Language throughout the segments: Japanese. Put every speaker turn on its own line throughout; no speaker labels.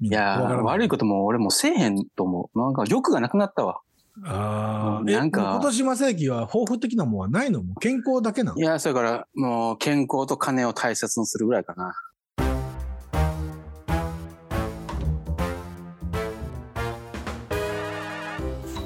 み
い
んな。
や
わから
ー、
ない
悪いことも俺もせえへんと思う。なんか欲がなくなったわ。
ああ。え
なんか
もう今年正幸は抱負的なもんはないのもう健康だけなの
いや、それから、もう健康と金を大切にするぐらいかな。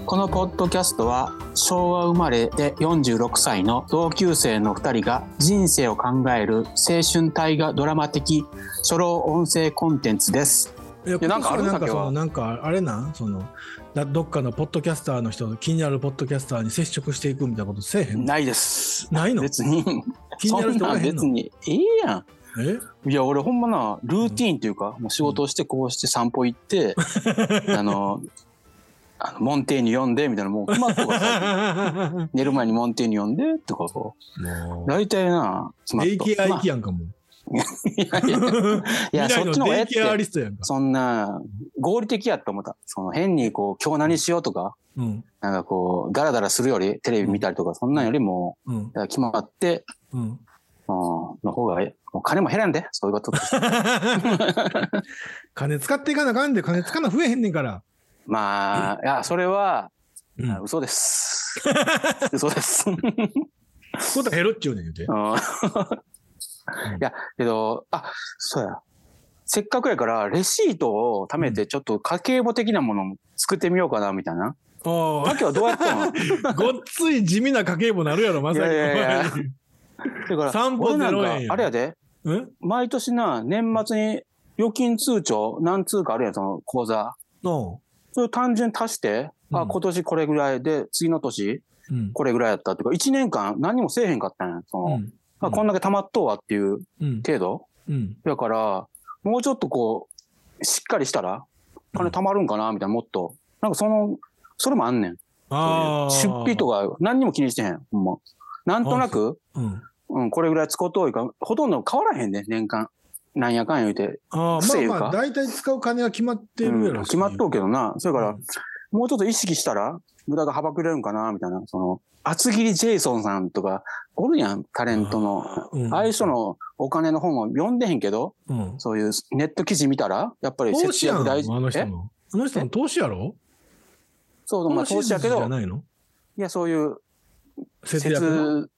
このポッドキャストは昭和生まれで46歳の同級生の2人が人生を考える青春大河ドラマ的初老音声コンテンツです。
いや
やなんかあるんだ
今年はなんかそのなん
今日は
かあれなんそのだどっかのポッドキャスターの人気になるポッドキャスターに接触していくみたいなことせえへんの
ないです。
ないの
別に、
気にな
そ
る
ん
人お
な
ら
ん
へんの
別にいいやん。
え
いや、俺ほんまな、ルーティーンというか、もう仕事をしてこうして散歩 行って、あの、あのモンテーニ読んで、みたいな、もう決まったから最近寝る前にモンテーニ読んで、とかこ
も
う。大体な、つ
う
ま
デイ
と
ケア行き
い
やんかもう
やいやいや、
未来
そっち
の
の方がえ
デ
え
イ
っ
ケア
て。
リストやんか
そんな、合理的やって思った。その変にこう、今日何しようとか、
うん
なんかこう、ダラダラするより、テレビ見たりとか、そんなんよりも、
うん
だから決まって、
うん
うん、の方がええ。もう金も減らんで、そういうこと って。
金使っていかなあかんで金使かな増えへんねんから、
まあ、いや、それは、
うん、
あ 嘘です。嘘です。
こと減るっちゅうねん言うて
うんいや、けど、あ、そうや。せっかくやから、レシートを貯めて、ちょっと家計簿的なものも作ってみようかな、みたいな。
お
あ、今日はどうやっ たの
ーごっつい地味な家計簿なるやろまさ
いやいやいや
き
だから、
散歩
俺なん
0円や
か、あれやで、
うん
毎年な、年末に預金通帳何通かあるやん、その口座。
の
それを単純に足して、
う
あ、
ん
今年これぐらいで、次の年
うん
これぐらいやったっていうか、1年間何もせえへんかったんや。その
うん
まあ、こんだけ貯まっとうわっていう
うん
程度。
うん
だから、もうちょっとこう、しっかりしたら、金貯まるんかなみたいな、もっと。なんかその、それもあんねん。
ああ
出費とか、何にも気にしてへん。ほんま。なんとなく、
うん
うん、これぐらい使うと多いか、ほとんど変わらへんねん、年間。なんやかんや言うて。
ああ
癖いう
まあ
か
まあ大体使う金は決まってるや
うん
ろ
決まっとうけどな。それから、
うん
もうちょっと意識したら、無駄がはばくれるんかなみたいな。その、厚切りジェイソンさんとか、おるやん、タレントの。
うん
ああいう人のお金の本を読んでへんけど、
うん
そういうネット記事見たら、やっぱり
投資
節
やん
約
あ
大事。
の人
え
のあの人の投資やろ
そう、まあ投資やけ
じ
ど
ゃ、ないの
いや、そういう
節約の
節、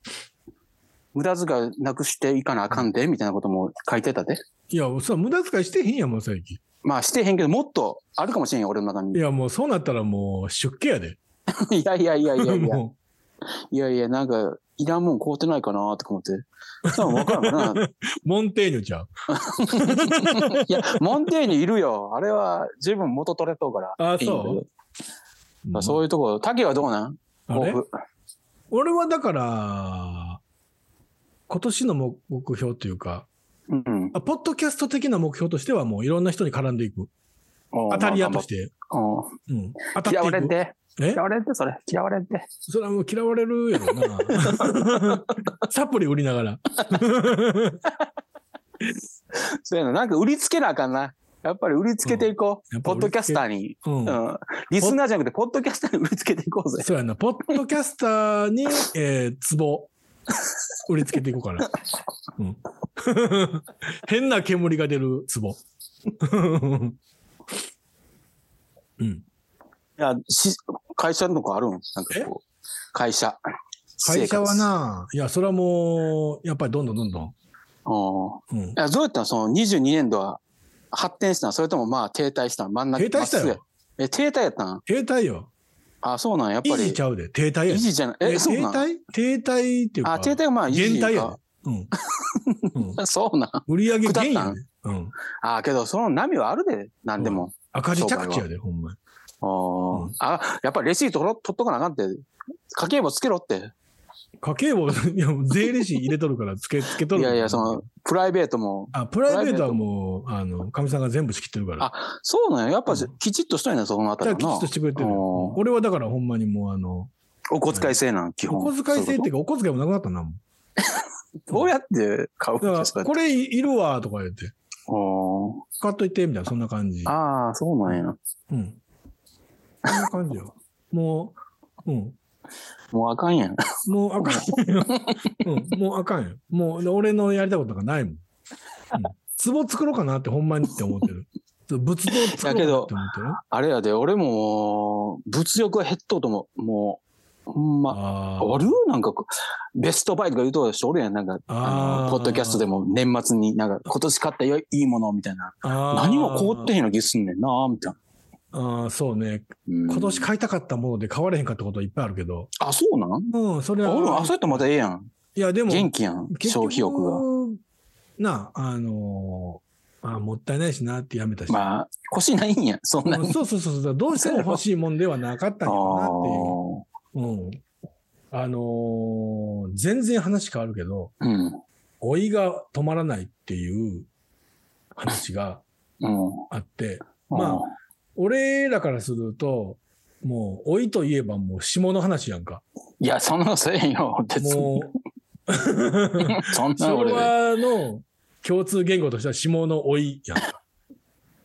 無駄遣いなくしていかなあかんで、みたいなことも書いてたで。
いや、それ無駄遣いしてへんやん、もう最近。
まあしてへんけど、もっとあるかもしれんよ、俺の中
い
に。
や、もうそうなったらもう出家やで。
いやいやいやいやい や、
も
いやいや、なんか、いらんもん買うてないかなとか思って。そう、わから んかな。
う、モンテーニョちゃう。
いや、モンテーニいるよ。あれは十分元取れとうから。
あそう
いいんだけどそういうところ。竹はどうなん
うんあれ
抱負
俺はだから、今年の目目標というか、
うん。
あポッドキャスト的な目標としてはもういろんな人に絡んでいく。
当
当たり屋として。うん。当た
嫌われ
っていく。
て。
え
嫌われて、それ。嫌われて。
それはもう嫌われるやろな。サプリ売りながら。
そうやな。なんか売りつけなあかんな。やっぱり売りつけていこ
う
う。
んやっぱ
ポ
売
ッ
りつけ
ドキャスターに。
うん。
うん。リスナーじゃなくて、ポッドキャスターに売りつけていこうぜ。
そうやな。ポッドキャスターに、えー、ツボ。売りつけていこうかな。うん、 変な煙が出るツボ。 うん。
いや、し会社のとこあるんなんかこう。会社。
会社はな、いや、それはもう、やっぱりどんどんどんどん。
私
うん
生活。うん。いや、どうやったのその22年度は発展したのそれともまあ停滞したの真ん中。
停滞したよ
まっすぐやえ、停滞やったん
停滞よ。
あ、そうなんやっぱ
維
り。
持ちゃうで。停滞や
維
で。
持じゃない。え、
え
そう
停
なん
滞停滞っていうか。
あ、停滞はまあ維持
減
か
退やで。うん。うん、
そうなん。
売り上げ
下ったん
減やで。うん。
あ、けどその波はあるで。なんでも。
赤字着地やで、ほんまに。
あ
うん
ーあ、やっぱりレシート取ろ取っとかなあかんって。家計簿つけろって。
家計簿、 いや、もう税理士入れとるから、つけ、つけとる
い
から
やいや、その、プライベートも。
あ、プライベートはもう、あの、かみさんが全部仕切ってるから。
あそうなんや。やっぱ
うん
きちっとしたいな、そのあ
だ
た
か
り
ら
は
きち
な
っと。してくれてる。
おー
俺はだからほんまにもうあの、
お小遣い制なん、基本。
お小遣い制ってい
そう
か、お小遣いもなくなったな、もう
うことどうやって買う
だ
の
か
そ
ら、
れって
これいいるわ、とか言って、
おー
買っといて、みたいな、そんな感じ。
ああ、そうなんや。
うん。そんな感じよ。もう、うん。
もうあかんやん。
もうあかん よ。うん、もうあかんよ。もう、俺のやりたいことがないもん。うん。壺作ろうかなってほんまにって思ってる。仏像作ろうかなって思ってる。
あれやで、俺ももう、物欲は減っとうと思う。もう、ほんま。
あ
おるなんかこう、ベストバイとか言うとる人おるやん。なんか、
あ
あ
ー
の、ポッドキャストでも年末になんか、今年買ったよいいものみたいな。
あ
何も凍ってへんの気すんねんな、みたいな。
ああ、そうね。
うん
今年買いたかったもので買われへんかったことはいっぱいあるけど。
あ、そうなん
うん、それ
あ、俺、あ、
は。
そうやったらまたええやん。
いや、でも、
元気やん。消費欲が。
が。なあ、あのーあーもったいないしなってやめたし。
まあ、腰ないんや、そんな
うん
に。
そうそうそうそう。どうしても欲しいもんではなかったんやろなっていう。うん。あのー全然話変わるけど、
あーうん。
老いが止まらないっていう話が
うん。
あって、ま俺らからすると、もう老いといえばもう下の話やん か。
あ。いや、そんなのせえへんよ、別に。
もう、
そん な
昭
俺。あ
和の共通言語としては下の老いやんか。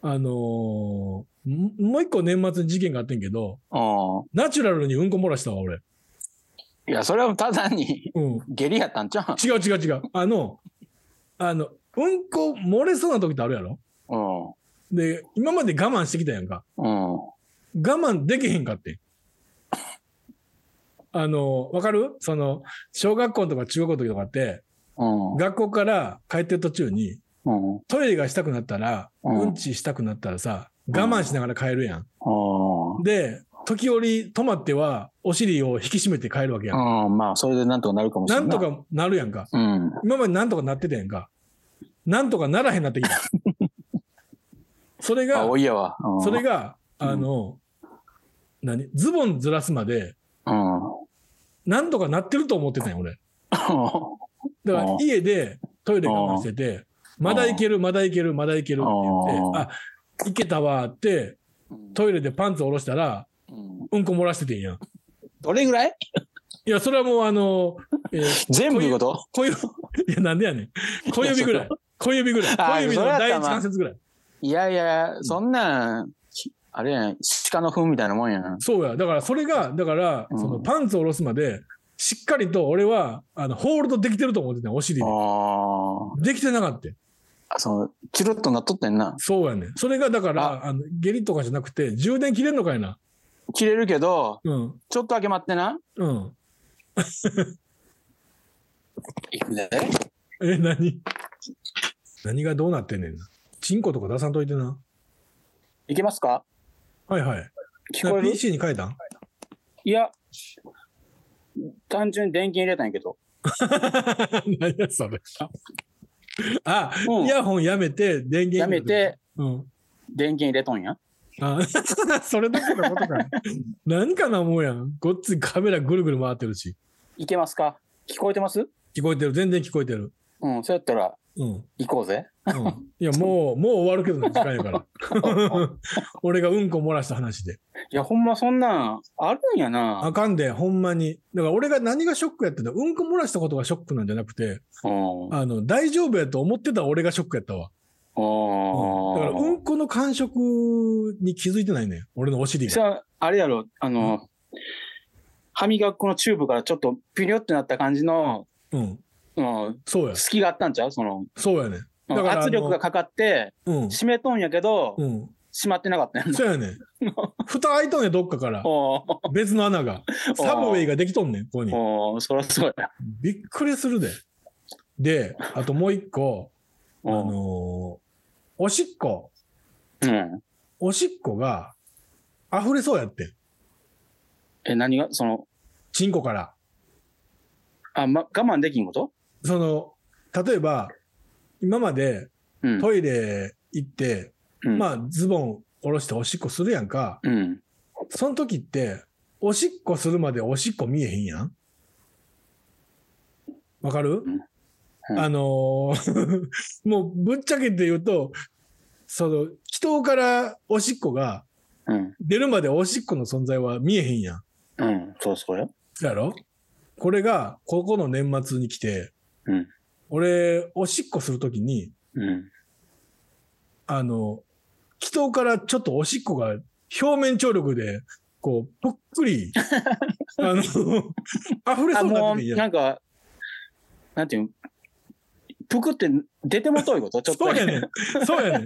あのーんもう一個年末に事件があってんけど、
あ。
ナチュラルにうんこ漏らしたわ、俺。
いや、それはただに
うん。
下痢やったんちゃ
違う違う違う。あの、あの、うんこ漏れそうな時ってあるやろ
う
で、今まで我慢してきたやんか。
うん。うん。
我慢できへんかってん。あの、わかるその、小学校とか中学校の時とかって、
うん。
学校から帰ってる途中に、
うん。
トイレがしたくなったら、
うん
うんちしたくなったらさ、我慢しながら帰るやん。
うん。
で、時折止まっては、お尻を引き締めて帰るわけやん。
うん。まあ、それでなんとかなるかもしれ
な
ない。
んと。かなるやんか。
うん。
今までなんとかなってたやんか。なんとかならへんなってき た。それ
あ、
が、
おいやわ。うん
それ。が、
うん
あの、何ズボンずらすまで、
うん。
なんとかなってると思ってたんよ、俺。だか
あ
ら
あ
家でトイレ我慢してて、まだいける、まだいける、まだいけるって言って、
あ
あ、いけたわーって、トイレでパンツ下ろしたら、
うん
うんこ漏らしててんやん。
どれぐらい
いや、それはもうあの、えー
全部いうこと
小指、いや、なんでやねん。小指ぐらい。小指ぐらい。
あー
小指の第一関節ぐらい。
いやいや、そんなん、ひあれやん、鹿の糞みたいなもんやん。
そうや。だから、それが、だから、
うん
そのパンツを下ろすまで、しっかりと俺は、あの、ホールドできてると思ってたお尻で。
あ
できてなかった。
あ、その、チュルッとなっとってんな。
そうやねん。それが、だから、あの、下痢とかじゃなくて、充電切れんのかいな。
切れるけど、
うん。
ちょっとだけ待ってな。
うん。
いくで
え、何何がどうなってんねんな。チンコとか出さんといてな。
いけますか
はいはい。
聞こえる
?PC に書いたん
いや、単純に電源入れたんやけど。
何やそれ。あ、
うん
イヤホンやめて、電源
やめ
入れ。
て、
うん。
電源入れとんや。
あ それだけのことか。何かな思うやん。ごっついカメラぐるぐる回ってるし。
いけますか聞こえてます
聞こえてる。全然聞こえてる。
うん、そうやったら、
うん。うん、
行こうぜ。
いや、もう、もう終わるけどな、時間やから。俺がうんこ漏らした話で。
いや、ほんまそんなん、あるんやな。
あかんで、ほんまに。だから俺が何がショックやってんだうんこ漏らしたことがショックなんじゃなくて、
うん。うん。
あの、大丈夫やと思ってた俺がショックやったわ。うん、だから、うんこの感触に気づいてないねん俺のお尻が。
さあ、あれやろ、あの、歯磨き粉のチューブからちょっとピリョってなった感じの、
うん。
うん、
そうや。
隙があったんちゃうその、
そうやねん
うん
だからあの
圧力がかかって、
うん。
締めとんやけど、
うん。
締まってなかったんやな。
そうやねん蓋開いとんねんどっかから。
おー
別の穴 が。サブウェイができとんねん、ここに。
おーそりゃそうや。
びっくりするで。で、あともう一 個、あ
うん
のーおしっこ、
うん。
おしっこが溢れそうやってん。
え、何が、その、
チンコから。
あ、ま、我慢できんこと
その、例えば、今まで
うん。
トイレ行って、
うん、
まあ、ズボン下ろしておしっこするやんか。
うん。
その時って、おしっこするまでおしっこ見えへんやんわかる、
んうん
あのー もうぶっちゃけて言うと、その、祈祷からおしっこが
うん。
出るまでおしっこの存在は見えへんやん。
うん。そうそうや。
やろこれが、ここの年末に来て、
うん。
俺、おしっこするときに、
うん。
あの、祈祷からちょっとおしっこが表面張力で、こう、ぽっく り、あの、溢れ
あ、
そうにな
も
っててん
う、
やん
なんか、なんていうんぷくって出てもということちょっと
そう
だ
や
け
ねん。そう やねん。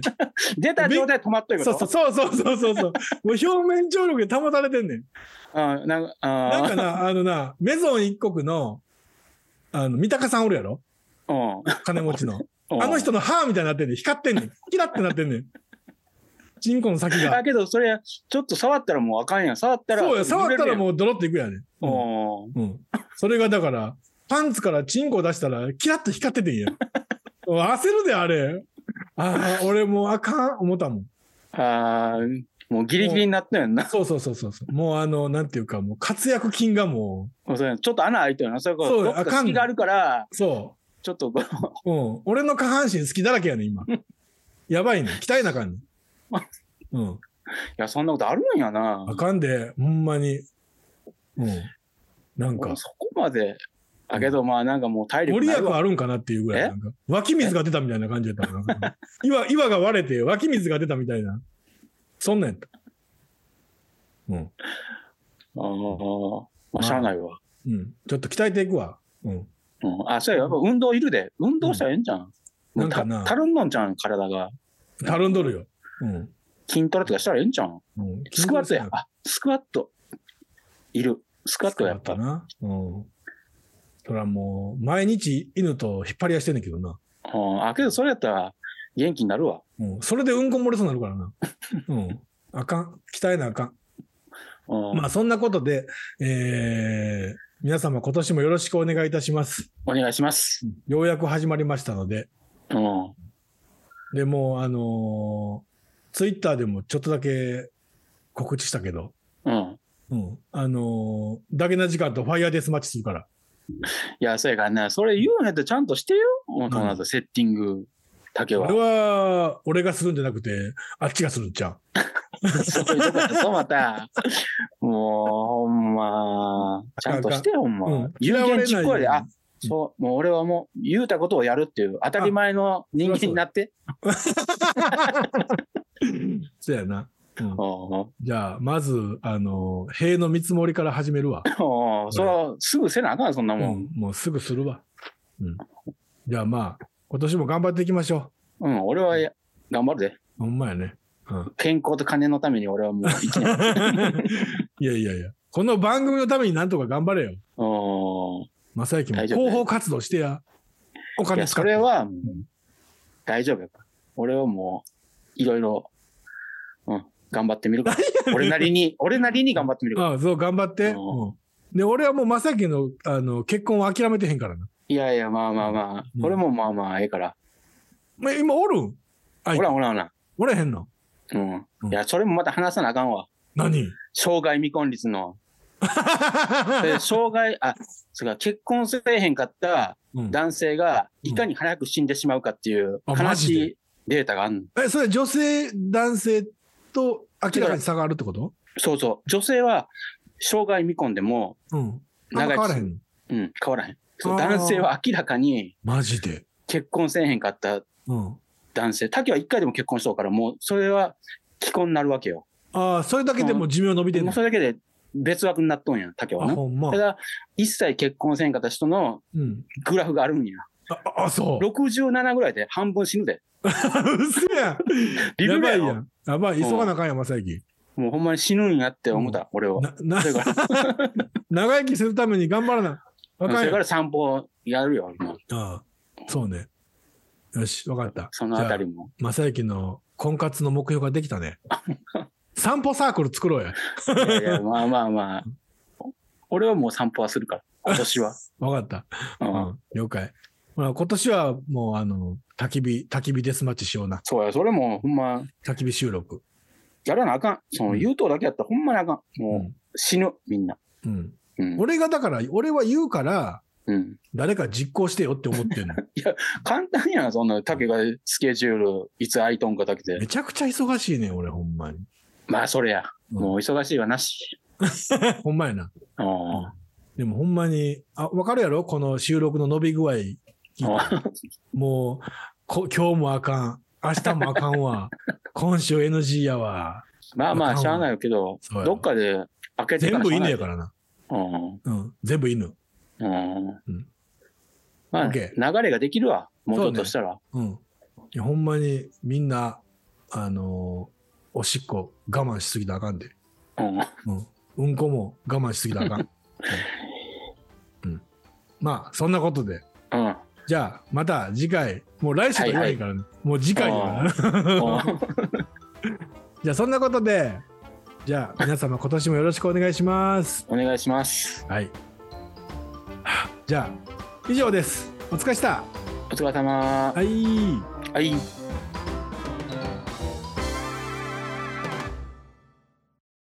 出た状態で止まっという
そ
こ
うそ
と
うそうそうそうそうそう。もう表面張力で保たれてんねん。
うんなんか
なん
あ
かな、あのな、メゾン一国の、あの、三鷹さんおるやろ
ー
金持ち の。
うん
あの人の歯みたいになってんねん。光ってんねん。キラってなってんねん。チンコの先
だ
が。
けどそれちょっと触ったらもうあかんやん触ったら
そうや、触ったら
う
もうドロッといくやねん。うん
お
うん。それがだから、パンツからチンコ出したら、キラッと光っててんや。もう焦るで、あれ。ああ、俺もうあかん、思ったもん。
あーもうギリギリになったやんな
そうそうそうそうそう。もうあの、なんていうか、もう活躍金がも
もうそれちょっと穴開いてるなそれこ
そう
そどっか
あかんねん
隙があるから
う、そ
ちょっとこう
う。うん。俺の下半身好きだらけやねん、今。やばいね。鍛えなあかんねん。うん。
いやそんなことあるんやな
あかんで、ほんまに。うん。なんか
俺、そこまでだけどまあなんかもう体
ご
力
利
な
益
いわ
あるんかなっていうぐらい、
え
なんか、湧き水が出たみたいな感じやったもんなん か岩、岩が割れて湧き水が出たみたいな。そんなんやった。うん。
あーまあしゃあないわ
うん。ちょっと鍛えていくわ。うん。
うん、あ、そうや、やっぱ運動いるで。運動したらええんじゃん。
うん
もうた
なんかな
たるんのんじゃん、体が。
たるんどるよ。うん。
筋トレとかしたらええんじゃん。
うん、
スクワットや。あ、スクワット。いる。スクワットやっ
スクワッ。ト
ぱ
な。うん。そらもう、毎日犬と引っ張り合いしてんねんけどな。
うん、あ、けどそれやったら元気になるわ。
うん。それでうんこ漏れそうになるから な。うん。あかん。鍛えなあかん。
うん
まあそんなことで、えー皆様今年もよろしくお願いいたします。
お願いします。
ようやく始まりましたので、
うん。
でもうあのツイッター Twitter でもちょっとだけ告知したけど、
うん。
うん、あのーダゲな時間とファイヤーデスマッチするから、
いや、そうやからね、それ言うんやったらちゃんとしてよ。うん、この後、セッティングだけ
こ
は
れ。は俺がするんじゃなくて、あっちがするんちゃ
そういうとこやぞまた。 もう、ほんま。ちゃんとしてよ、ほん
う。う
ま
ん。、
有言実行やで。あ
よ、
そう、もう俺はもう言うたことをやるっていう当たり前の人間になって。
うにそうやな。うん
おう
じゃあ、まず、あのー、塀の見積もりから始めるわ。
おうそれはすぐせなあかん、そんなも
うん
ん。、
もうすぐするわ。うん。じゃあまあ、今年も頑張っていきましょ
うん、俺はや頑張るで。
う。ほんまやね。 うん。
健康と金のために俺はもう一 年。
いやいやいや。この番組のためになんとか頑張れよ。
おう
正行も
大丈夫
広報活動してや。お
い
金
や、
使
そ
っ
れ
て。
はもう大丈夫やから。俺はもういろいろ、うん、頑張ってみるから。俺なりに、俺なりに頑張ってみるから。
ああ、そう、頑張って。
う
うん。で、俺はもう正行の、あの、結婚は諦めてへんからな。
いやいや、まあまあまあ、
うん
俺もまあまあええから。
ま今おるんはい
ほらほらほら。
おれへんの
うん
う。ん
いや、それもまた話さなあかんわ。
何
障害未婚率の。で障害、あ、そうか、結婚せえへんかった
うん
男性が、いかに早く死んでしまうかっていう、
あ
悲
マジで
しいデータがある
え、それ女性、男性と明らかに差があるってこと
そうそう。女性は、障害未婚でも、
うん。あん
長
ま
い
変わらへんの
うん、変わらへん。そう
あー
男性は明らかに、
マジで。
結婚せえへんかった
うん。
男性、竹は一回でも結婚しとうから、もう、それは、既婚になるわけよ。
ああ、それだけでも寿命伸びて
で
ん
も
の
うそれだけで、別枠になっとんやん、竹は
あ、
な。
ほんま
た。だ、一切結婚せえへんかった人の
うん。
グラフがあるんや。
あ、あそう。
67ぐらいで半分死ぬで。
うせやん。
リ
や
ベ
ば
ラ
い
ル
や
や
ん。やばい、急がなあかんやん、正行。
ろもうほんまに死ぬんやって思った、俺は。
な、な
そ、れから、
長生きするために頑張らな。わか
それ
ん
か
やん。
ら散歩やるよ、もう
ああ、そうね。よし、わかった。
そのあたり
じ
も。
ゃあ。正行の婚活の目標ができた ね。散歩サークル作ろうや。
いやい や、まあまあまあ。俺はもう散歩はするから、今年は。
わかった。
う、
うんん、了解。まあ、今年はもう、あの、焚き火、焚き火デスマッチしような。
そうや、それもほんま、
焚き火収録。
やらなあかん。その言うとだけやったらほんまにあかん。
う
も
ん。
う死ぬ、みんな。
うん。
うん。
俺がだから、俺は言うから、
うん、
誰か実行してよって思 ってんの。
簡単やな、そんな、竹がスケジュール、いつ空いとんかだけ
め
で。
ちゃくちゃ忙しいねん、俺、ほんまに。
まあ、それや。
うん
もう忙しいはなし。
ほんまやな。
うん。
でもほんまに、あ、わかるやろこの収録の伸び具合。もう、こ今日もあかん。明日もあかんわ。今週 NG やわ。
まあま
あかん
あ、
わ
しゃあないけど
そうや、ろ
どっかで開けて
全部
しゃあ
犬
ない
やからな。
うん。
うん。全部犬。
うん
ん
まあ、
OK
流れができるわ。
もうちょっとしたら。
うん。いやほんまにみんな、あのーおしっこ我慢しすぎたらあかんで。
うん。
うん。うんこも我慢しすぎたらあかん。うんうん。まあ、そんなことで。
うん。
じゃあ、また次回、もう来週とか言わへんからね。もう次回だからな。 じゃあ、そんなことで、じゃあ、皆様今年もよろしくお願いします。
お願いします。
はい。 はあじゃあ、以上です。お疲れした。
お疲れ様。
はい。
はい